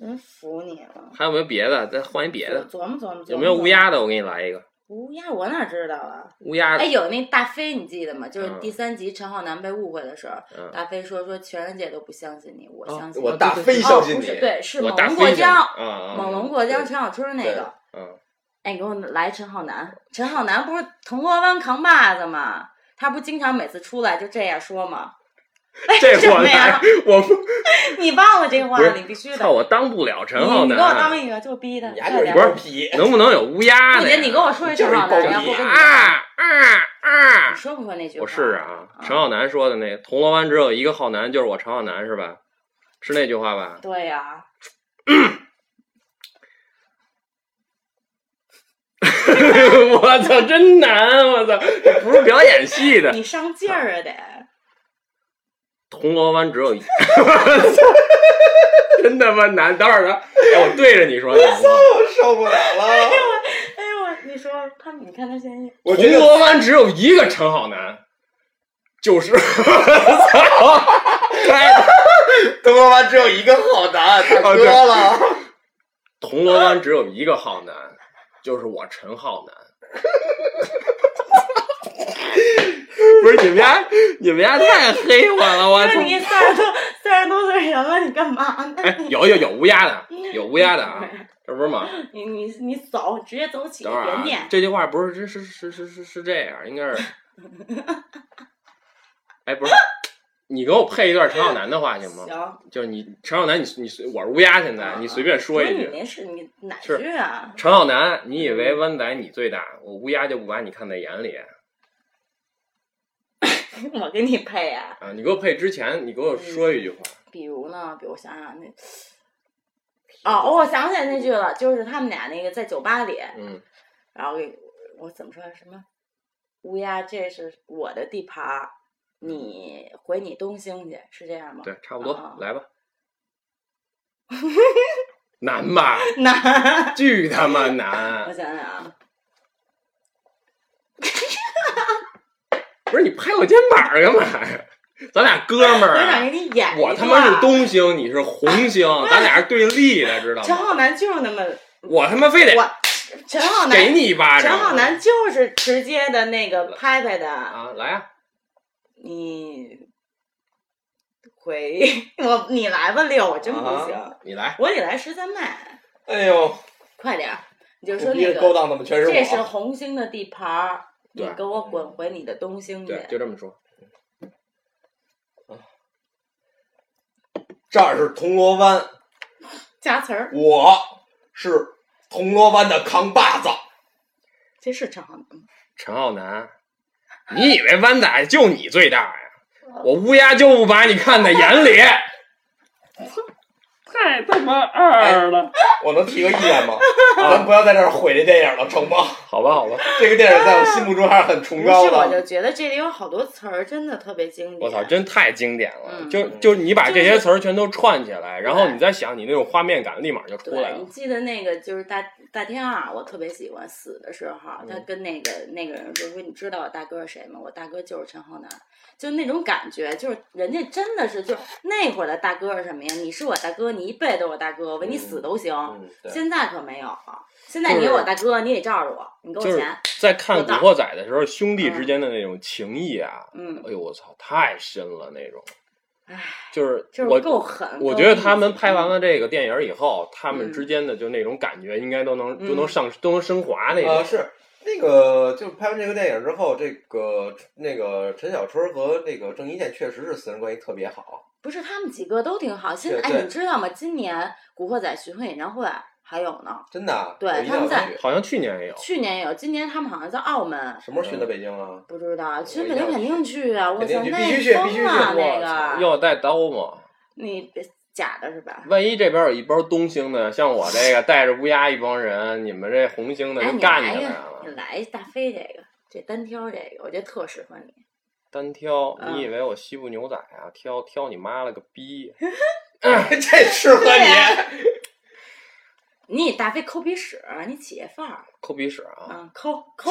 真服你了。
还有没有别的？再换一别的，
琢磨琢磨，
嗯
有没有
琢磨
乌鸦的？我给你来一个。
乌鸦我哪知道啊？
乌鸦
哎，，有那大飞，你记得吗？就是
嗯
第三集陈浩南被误会的时候，
嗯
大飞说说全世界都不相信你，我
哦
相信你。
我大飞相信
哦，不
你
是，对，是
我
猛
大
龙过
飞
江，
啊啊
猛龙过江，
对
陈小春那
对
个。
啊！
哎，你给我来陈浩南，陈浩南不是铜锣湾扛把子吗？他不经常每次出来就这样说吗？
这
什
我
么呀
来，我不
你忘了这话
不是，
你必须
操，
的。
我当不了
你
陈浩
你给我当
南，
一个，就逼他。
你丫就是一
快点
包皮，
能不能有乌鸦
不
呢？
姐，你给我说一
就
陈
是一
浩南，
包
要
皮
不跟你
啊啊
你
啊！
说不说那句话？嗯
我试试啊，陈浩南说的那铜锣湾只有一个浩南，就是我陈浩南是吧？是那句话吧？
对呀、
我操，真难！啊我操，这不是表演系的。
你上劲儿啊得。
铜锣湾只有一， 真他妈难！等会儿呢，哎，我对着你说，行吗
我受不 了了。
哎呦，你说他，你看他现在
我觉
铜
得
锣湾只有一个陈浩南，就是 操，太
铜锣湾只有一个浩南，大
哦
哥
对
了。
铜锣湾只有一个浩南，就是我陈浩南。不是你们家，你们家太黑我了，我操！
三十多三十多岁人了，你干嘛呢
哎，有有有乌鸦的，有乌鸦的啊，这不是吗？
你你你走，直接走起
等会儿、
原
啊
点，。
这句话不是是是是是是是这样，应该 是。哎，不是，你给我配一段陈浩南的话行吗？
行，
就是你陈浩南，你你随我是乌鸦，现在你随便说一
你
句。
啊那是你哪
是
句啊？
陈浩南，你以为湾仔你最大，我乌鸦就不把你看在眼里
我给你配啊。
啊！你给我配之前，你给我说一句话。
比如呢？比如想想 那。哦，我想起来那句了，就是他们俩那个在酒吧里，
嗯，
然后给我怎么说啊什么？乌鸦，这是我的地盘儿，你回你东兴去，是这样吗？
对，差不多，
啊
来吧。难吧？
那
巨他妈
我
难！
想想啊，
不是你拍我肩膀干嘛呀？咱俩哥们
我
儿、啊
想。给你演一
我他妈是
段
东星，你是红星，咱俩是对立的，知道
陈
吗？
浩南就是那么，
我他妈非得
我陈浩
给
南，
你一巴掌。
陈浩南就是直接的那个拍拍的，
啊，来啊，
你回我你来吧六，我真不行，
啊
你来。
我得来十三麦，
哎呦，
快点儿，你就
我
说
逼
那
着勾
个
当怎么全是
这是
我？
红星的地盘儿，你
对
给我滚回你的东星去
对，，就这么说。
这儿是铜锣湾，
加词儿，
我是铜锣湾的扛把子。
这是陈浩南吗？
陈浩南，你以为湾仔就你最大呀？我乌鸦就不把你看在眼里。太他妈二了！
我能提个意见吗？
啊
咱不要在这儿毁这电影了，成吗？
好吧，好吧，
这个电影在我心目中还是很崇
不
高
是，我就
的。
觉得这里有好多词儿真的特别经典。
我操，真太经典了！
嗯
就就你把这些词儿全都串起来，然后你再想，你那种画面感立马就出来
对，你
了。
记得那个就是大大天二，我特别喜欢死的时候，
嗯
他跟那个、那个人说说，你知道我大哥是谁吗？我大哥就是陈浩南，就那种感觉，就是人家真的是就那会儿的大哥是什么呀？你是我大哥，你一辈子都是我大哥，我为你死都行。
嗯，对
现在可没有啊，现在
就是
你有我大哥，你得罩着我，你给我
就是
钱，
在看《
多
古
大
惑仔》的时候，兄弟之间的那种情谊啊，
嗯，
哎呦我操，太深了那种。
唉，
就是
就是
我，
够狠。嗯
我
够
觉得
义
他们
气
拍完了这个电影以后，他们
嗯
之间的就那种感觉，应该都能、
嗯
都能上都能升华那
呃，
种。
是那个，就拍完这个电影之后，这个那个陈小春和那个郑伊健确实是私人关系特别好。
不是他们几个都挺好。现在
对
哎，
对
你知道吗？今年《古惑仔》巡回演唱会还有呢，
真的，
对
我一定
他
要
们在
去。
好像去年也有，
去年有，今年他们好像在澳门。
什么时候去的北京啊？
不知道，去
我一
北京
定
肯
去
定去啊！我
肯定
操，
去
那
必须去
疯
必须去
了
我
那个，
要带刀吗？
你别假的是吧？
万一这边有一帮东星的，像我这个带着乌鸦一帮人，你们这红星的
哎，
就
你
干
来
起
一
来
个，
了
你。来一大飞这个，这单挑这个，我觉得特适合你。
单挑，
嗯
你以为我西部牛仔啊？挑挑你妈了个逼！
这适合
对
你。
呀你大飞抠鼻屎，啊你企业范儿
抠鼻屎啊！
啊，抠抠，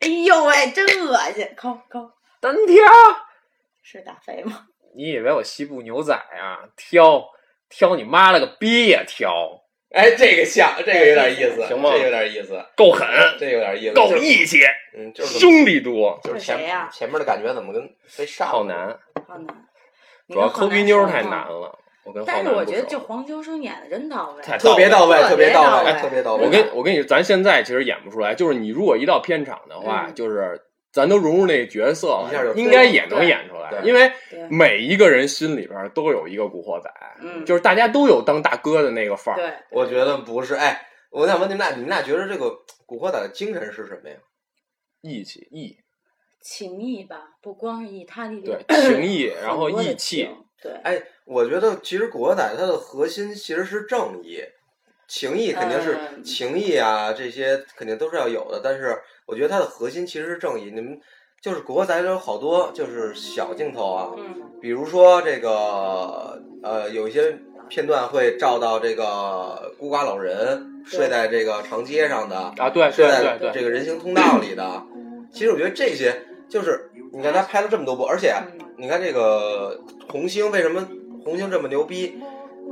哎呦喂，真恶心，抠抠
单挑，
是大飞吗？
你以为我西部牛仔啊？挑挑你妈了个逼呀！挑
哎，这个像，这个有点意思，
行吗
这有点意思，
够狠，
这有点意思，
够
就是
义气，
嗯，就是怎么
兄弟多，
就是
是谁呀
前前面的感觉怎么跟被上
浩南，
好难。你
主要
跟浩
抠
南
鼻妞
说
儿太
话
难了，我跟浩
但是
南
我
不
觉得
熟
就黄秋生演的真到位，
太
特别到位，特别
特别
到
到
位，
位
特别到
哎
位。
呃我跟我跟你，咱现在其实演不出来，就是你如果一到片场的话，
嗯
就是咱都融入那个角色了
一下就，
应该也能
对
演出来，
对
因为
对
每一个人心里边都有一个古惑仔，
嗯
嗯就是大家都有当大哥的那个范儿。
对，
我觉得不是，哎，我想问你们俩，你们俩觉得这个古惑仔的精神是什么呀？
义气义，
情谊吧，不光是义，他里
对
边
情义，
嗯很
然后
多的
义气，
情，对，
哎，我觉得其实古惑仔它的核心其实是正义，情义肯定是、
嗯
情义啊，这些肯定都是要有的。但是我觉得它的核心其实是正义。你们就是古惑仔里有好多就是小镜头啊，
嗯
比如说这个呃，有一些片段会照到这个孤寡老人睡在这个长街上的，
啊，对
睡
对
在
对对，
这个人行通道里的。其实我觉得这些就是你看他拍了这么多部，而且
嗯，
你看这个红星为什么红星这么牛逼？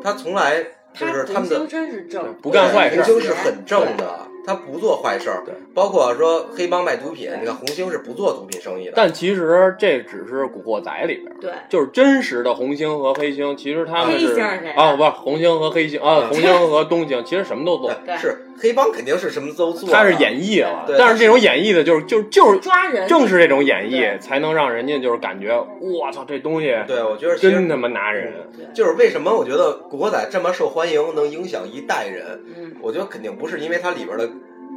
他从来就是他们的
红星真是正，
不干坏事
红星是很正的，他不做坏事儿
对。
包括说黑帮卖毒品，
对
你看红星是不做毒品生意的。
但其实这只是古惑仔里边。
对，
就是真实的红星和黑星，其实他们
黑
是
星是谁
啊，不是红星和黑星啊，
嗯
红星和东星，其实什么 都做，
对
是黑帮肯定是什么都做的，
他是演绎了，
对
但是这种演绎的就是就是就是
抓人
正是这种演绎，
对
才能让人家就是感觉我操这东西
对，我觉得其实
真他妈拿人。
对
就是为什么我觉得《古惑仔》这么受欢迎，能影响一代人？
嗯
我觉得肯定不是因为它里边的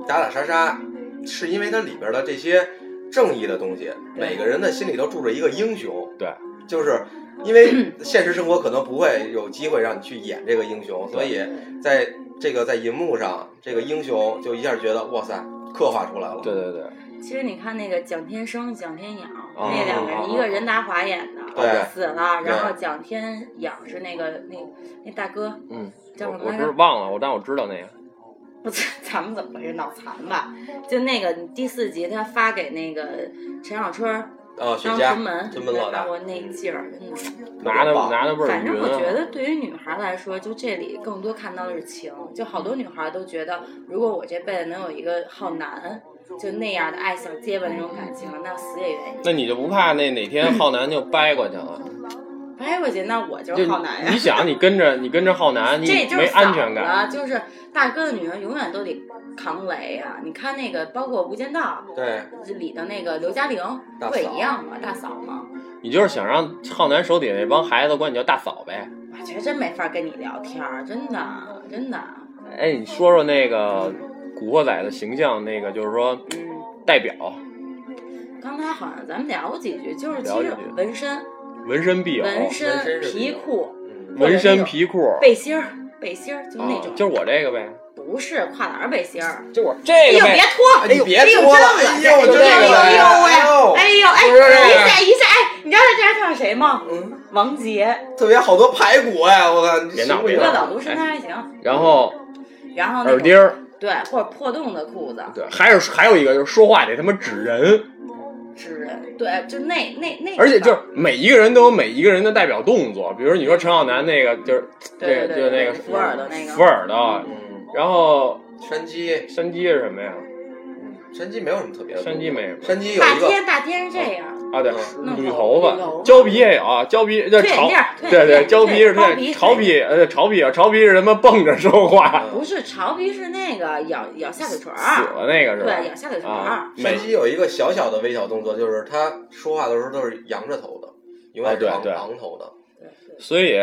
打打杀杀，是因为它里边的这些正义的东西。
对
每个人的心里都住着一个英雄，
对，
就是因为现实生活可能不会有机会让你去演这个英雄，所以在这个在银幕上，这个英雄就一下觉得哇塞，刻画出来了。
对对对，
其实你看那个蒋天生、蒋天养
哦
那两
哦
个人，
哦
一个任达华演的，
对
死了，然后蒋天养是那个那那大哥
嗯，
叫
我
什么
我
来
知
着？
忘了，我但我知道那个，
不是，咱们怎么回事？脑残吧？就那个第四集，他发给那个陈小春
啊，雪
当
茄
屯，门，
屯门老大嗯
然后那劲儿，真的。
拿的
特别棒
拿的倍儿
反
匀
正我觉
啊。
得，对于女孩来说，就这里更多看到的是情。就好多女孩都觉得，如果我这辈子能有一个浩南，就那样的爱小结巴那种感情，那死也愿意。
那你就不怕那哪天浩南就掰过去 了？
掰回去，那我就
就是
浩南呀
你。想，你跟着你跟着浩南，你
这就是
没安全
嫂
感。
子就是大哥的女人永远都得扛雷啊！你看那个，包括《无间道
对，》
里的那个刘嘉玲，
大嫂
不也一样吗？大嫂吗？
你就是想让浩南手底下那帮孩子管你叫大嫂呗。
我觉得真没法跟你聊天儿，真的，真的。
哎，你说说那个古惑仔的形象，那个就是说
嗯，
代表
刚才好像咱们聊几句，就是其
聊
实
几句
纹身、
纹身必有，
纹
纹
身、
身是
皮裤、
嗯，
纹身皮裤，
背心儿、背心儿，就那种，
啊就是我这个呗，
不是跨栏儿背心儿。
就我这
哎呦，别脱！
你别脱了，哎呦，
哎
就
呦，
这
真
个
恶心哎呦
哎
哎
呦
呦，哎呦，哎，
不是
一下一下，哎，你知道他这样像谁吗？
嗯。
王杰，
特别好多排骨哎，我靠！你
别闹
行不
别
一
行
个
闹
老毒身材还行，
然后
然后那
耳
种
钉儿，
对，或者破洞的裤子，
对，还有还有一个就是说话得他妈指 人，
指人，对，就那那那，
而且就是每一个人都有每一个人的代表动作，比如你说陈浩南那个就是这个
对对对
就是那个
对福尔的那个
福尔的，
嗯，
然后
山鸡，嗯
山鸡是什么呀？
山鸡没有什么特别的。
山鸡没什么
山鸡有
大
一个，
天大天是这样，
啊，对，
弄
捋头
头
发
捋头，发
胶皮也有啊，胶皮这
对
潮
面儿，对
对
面儿
胶皮是
对包皮
潮皮，呃，潮皮啊，潮皮是他妈蹦着说话，
嗯
不是潮皮是那个咬咬下嘴唇
死
儿，
了那个是吧？
对，咬下嘴唇儿
啊，，
嗯山
每
鸡有一个小小的微小动作，就是他说话的时候都是扬着头的，永远是
哦对
昂
对
昂头的。
所以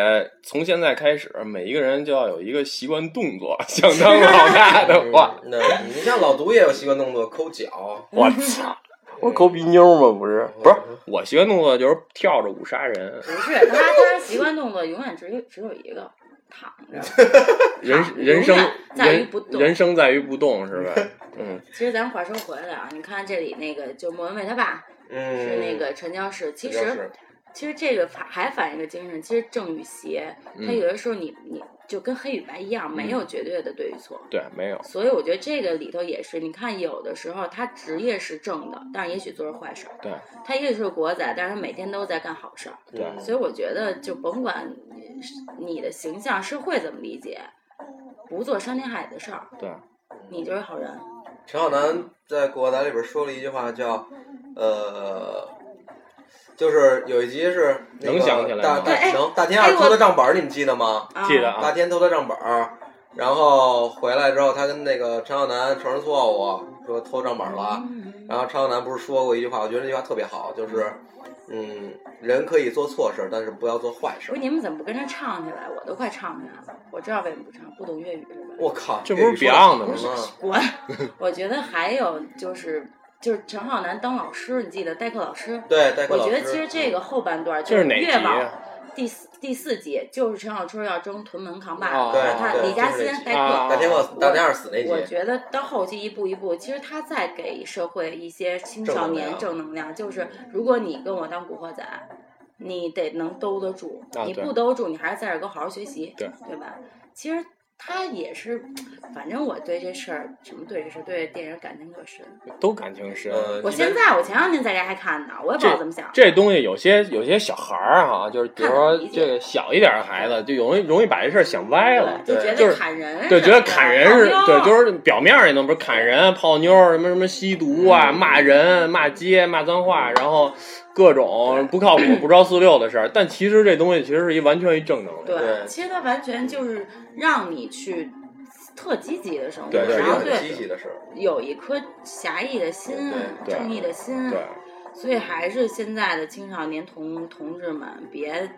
从现在开始，每一个人就要有一个习惯动作，想当老大的 话，
嗯，那你像老毒也有习惯动作，抠脚。
我操，我抠鼻妞吗？不是， 不是，我习惯动作就是跳着舞杀人，
不是他他习惯动作永远只有只有一个躺 着，
人
好
人生
永远在于
人
不动
人生在于不动是吧？嗯，
其实咱话说回来啊，你看这里那个就莫文蔚他爸
嗯，
是那个陈江市，其
这就
实
是
其实这个反还反映一个精神，其实正与邪，它
嗯
有的时候你你就跟黑与白一样，没有绝对的对与错。
对，没有，
所以我觉得这个里头也是，你看有的时候他职业是正的，但是也许做着坏事儿。
对
他也许是国仔，但是他每天都在干好事儿。
对
所以我觉得，就甭管你你的形象是会怎么理解，不做伤天害理的事儿，
对，
你就是好人。
陈浩南在《古惑仔》里边说了一句话，叫呃，就是有一集是、那个、
能想起来
大
吗
大
对哎
能大天二
哎我
偷的账本儿，你们记得吗？
啊、
记得
大
啊，
天偷的账本儿，然后回来之后，他跟那个陈浩南承认错误，说偷账本儿了。
嗯
然后陈浩南不是说过一句话，我觉得这句话特别好，就是嗯，人可以做错事，但是不要做坏事
不是。你们怎么不跟着唱起来？我都快唱起来了。我知道为什么不唱，不懂粤语是吧？
我靠，
这不是
语说得
Beyond 的吗
好嗯吗？
滚！我觉得还有就是就是陈浩南当老师，你记得代课老师？
对，代课
我
老
觉
师。
得其实这个后半段
这
就是是
哪集
越往
啊？
第四第四集，就是陈小春要争屯门扛把
哦
子，
嗯对
他
对
李嘉
就是
欣
这集
代
啊
课。
大天二大天二死那
我
集，
觉得到后期一步一步，其实他在给社会一些青少年
正
正能量，就是如果你跟我当古惑仔，你得能兜得住，
啊
你
对
不兜住，你还是在这儿给我好好学习，
对
吧？其实他也是，反正我对这事儿，什么对这事儿，对电影感情特深。
都感情深。
呃，
我
一般
现在我前两天在家还看呢，我也不知道怎么想。
这东西有些有些小孩儿哈，就是比如说
看得理解
这个小一点的孩子，就容易容易把这事儿想歪了，
就觉
就
得
是
砍人，
就觉得砍人 是
泡
对，
妞
就是表面上也能不是砍人、啊泡妞、什么什么吸毒
嗯
啊、骂人、骂街、啊骂脏话，然后各种不 靠谱、不着四六的事儿。但其实这东西其实是一完全一正能量。
对
对，其实它完全就是让你去特积极的生活，
对对
是一
然
个
后
很积
对
极的事儿。
有一颗侠义的心
对、
对
正义的心，
对，
所以还是现在的青少年同同志们，别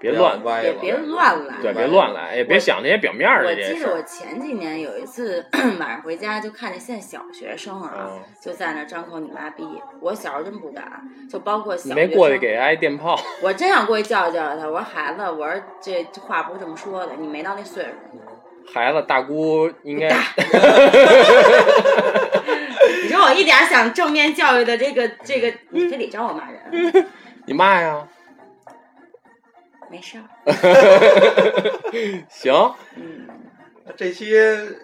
别乱，
歪
也
了，
别乱来。
对，别乱来，也别想那些表面
我
的这些
记
事
得我
儿。
前几年有一次 晚上回家，就看见现在小学生啊，
嗯
就在那张口你妈逼。我小时候真不敢，就包括
你
小
没
学
过去
生
给挨电炮，
我真想过去教育教育他。我说孩子，我说这这话不是这么说的，你没到那岁数。
孩子大姑应 该
你说我一点想正面教育的这个这个，你非得找我骂人，
你骂呀，
没事儿。
行，
嗯，
这期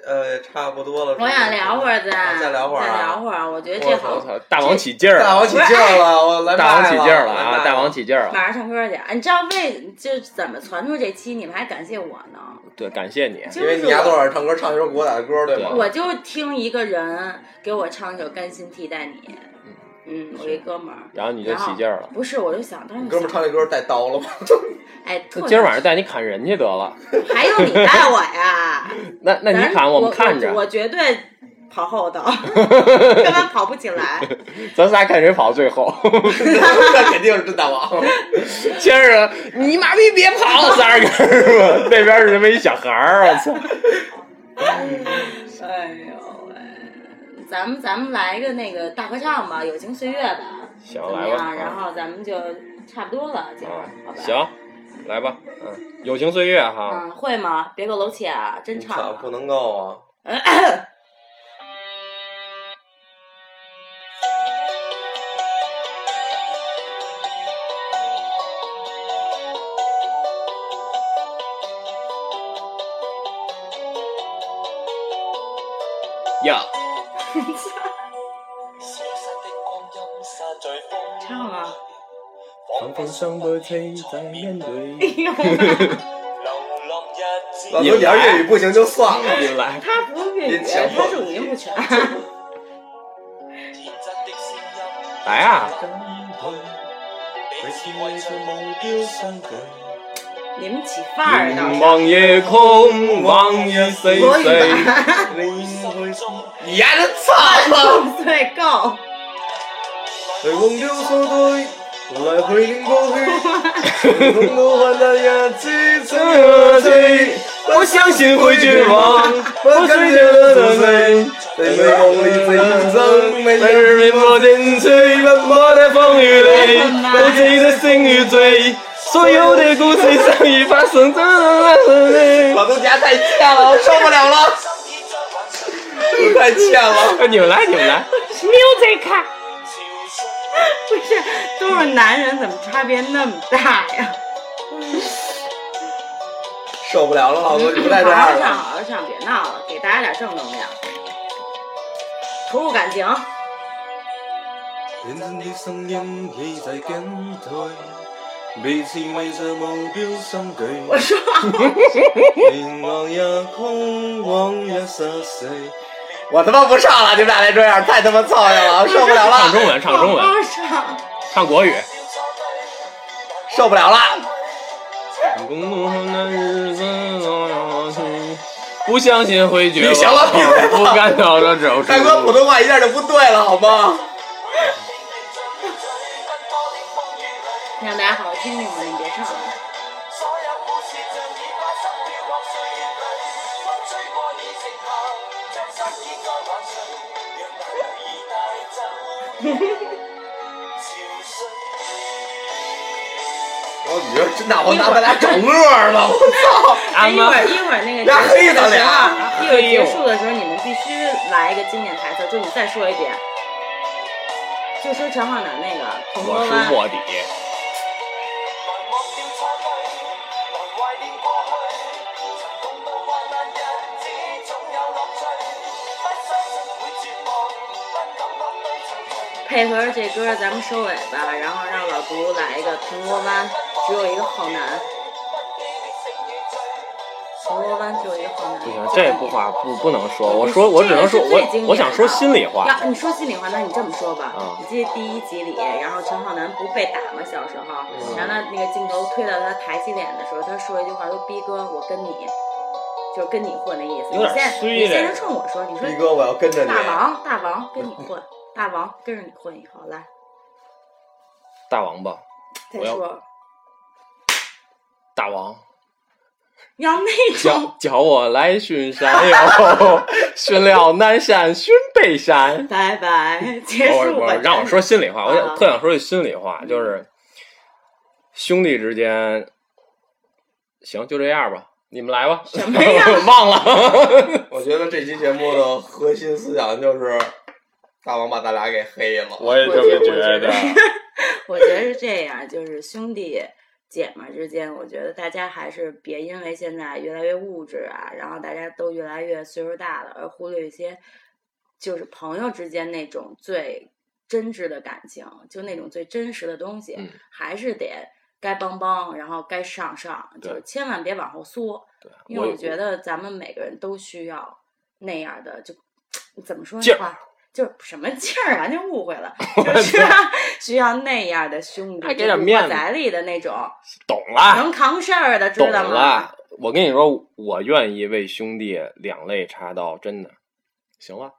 呃差不多了，
我想聊会儿再
啊再聊会儿啊
再聊会儿。我觉得
我
这
我
好，
操，大王起劲儿
大
了，
王起劲儿了，我来
大王
麦
起劲儿了
来麦
啊，大王起劲儿了，
马上唱歌去。哎你知道为这怎么传出这期，你们还感谢我呢？
对，感谢你，
就
因为
是
你丫多少唱歌唱一首古惑仔的歌，对吗？
我就听一个人给我唱一首《甘心替代你》，嗯，我一哥们儿，
然后你就
啊
起劲儿了。
不是，我就想当时
你哥们儿唱这歌带刀了吗？
哎，特
那今儿晚上带你砍人去得了，
还用你带我呀？
那 那你
咱
砍
我
们看
我我
着，
绝对跑 后头，根本跑不起来。
咱仨看谁跑最后。
那肯定是真大王。
先是你妈逼别跑，仨人是吧？那边是这么一小孩儿，我操！
哎呦喂，咱们咱们来个那个大合唱吧，《友情岁月》吧，
行
怎么
来吧
样？然后咱们就差不多了，今晚好
啊
吧？。
行，来吧，嗯，友情岁月哈，
嗯，会吗？别给我搂起啊！真唱
操，不
了。
能够啊！
呀，
消失的光阴，散在风中
唱啊！
彷彿想不起在面
哎
對
呦，
流浪日子
老刘，你要粤语不行就算了。
你来，
他不是粤语，
你请
他
我
是五音不全。
天真的聲音
来啊！
彼此為着目標相距，
你们起范儿 倒是。
望夜空，望夜岁
国语
岁。
版，
心中
你丫的操了！
对，够。
回望了所对，来回念过去，共度患难日子怎么醉？
我相信会绝望，
我跟着的泪，在美梦里怎生美
在
人？
日落进去，奔波的风雨里，我记得心与醉，所有的故事相遇发生在。
老东家太欠了，我受不了了，太欠了。
你们来，你们来，
music，不是都是男人，怎么差别那么大呀？
受不了了，老公，你不带这
好
样
好唱，
了。
好好唱，别闹了，给大家点正能量，投入感情。
天真的声音已在跟退，
每次为着目标心举，
我说
凝望也空往一失勢，
我他妈不上了，你们俩这样太他妈操心了，受不了
唱中
了，
文，唱中文，
我上
唱国语。
受不了了。
不相信会绝望，
你行了闭嘴吧
不干扰着走出。
大哥，普通话一下就不对了，好吗？
让大家好好听听吧，你别唱了。
我你说真的，我拿咱俩找乐 了，我操！
啊
哎一会儿一会儿那个
那黑
结束的
的
时候
俩
啊，一
哎
会儿结束的时候你们必须来一个经典台词，就你再说一遍，就说陈浩南那个铜
我
锣
是
湾，
卧底，
配合着这歌咱们收尾吧，然后让老胡来一个铜锣湾，只有一个浩南。铜锣湾只有一个浩南，
不行，这不话不不能说。我
你
说，我
这
只能
个
说
是最经典
我我想
的
说心里话。
要你说心里话，那你这么说吧，
啊
你记得第一集里，然后陈浩南不被打吗？小时候，
嗯
然后那个镜头推到他抬起脸的时候，他说一句话说：“逼哥，我跟你，就是跟你混的意思。”
有点
你先
衰
你先
这
是冲我说，你说
逼哥，我要跟着你。
大王，大王 跟你混，大王跟着你混以后来
大王吧，
再
我要
说，
大王，
要那种
叫叫我来巡山哟，巡了南山，巡北山。
拜拜结
我
束吧
我。嗯让我说心里话，我
啊
想特想说句心里话，就是兄弟之间，行，就这样吧，你们来吧。
什么呀
忘了，
我觉得这期节目的核心思想就是，大王把咱俩给黑了。
我也这么觉得。
我觉得是这样，就是兄弟姐们儿之间，我觉得大家还是别因为现在越来越物质啊，然后大家都越来越岁数大了，而忽略一些就是朋友之间那种最真挚的感情，就那种最真实的东西，
嗯
还是得该帮帮，然后该上上，就
对
千万别往后缩，因为我觉得咱们每个人都需要那样的，就怎么说
劲
那
儿
话。就是什么劲儿，完全误会 了，就是需要那样的兄弟，
还给
就
点
是
面
火
子
仔里的那种
懂了，
能扛事儿的，知
懂
道吗？
了。我跟你说，我愿意为兄弟两肋插刀，真的。行了，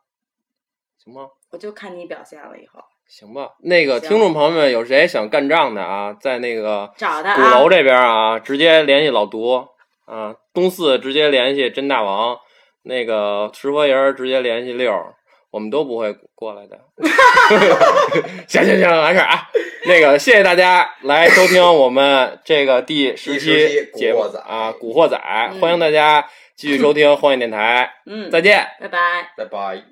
行吗？
我就看你表现了以后，
行吧。那个
行
听众朋友们，有谁想干仗的啊？在那个
找他
鼓
啊
楼，这边啊，直接联系老毒啊，东四直接联系甄大王，那个石佛爷儿直接联系六儿，我们都不会过 来的。 行行行，完事儿啊。那个，谢谢大家来收听我们这个第十
第十期
节目
古惑仔
啊，《古 惑仔》，欢迎大家继续收听荒野电台，
嗯，
再见。
拜拜。
拜拜。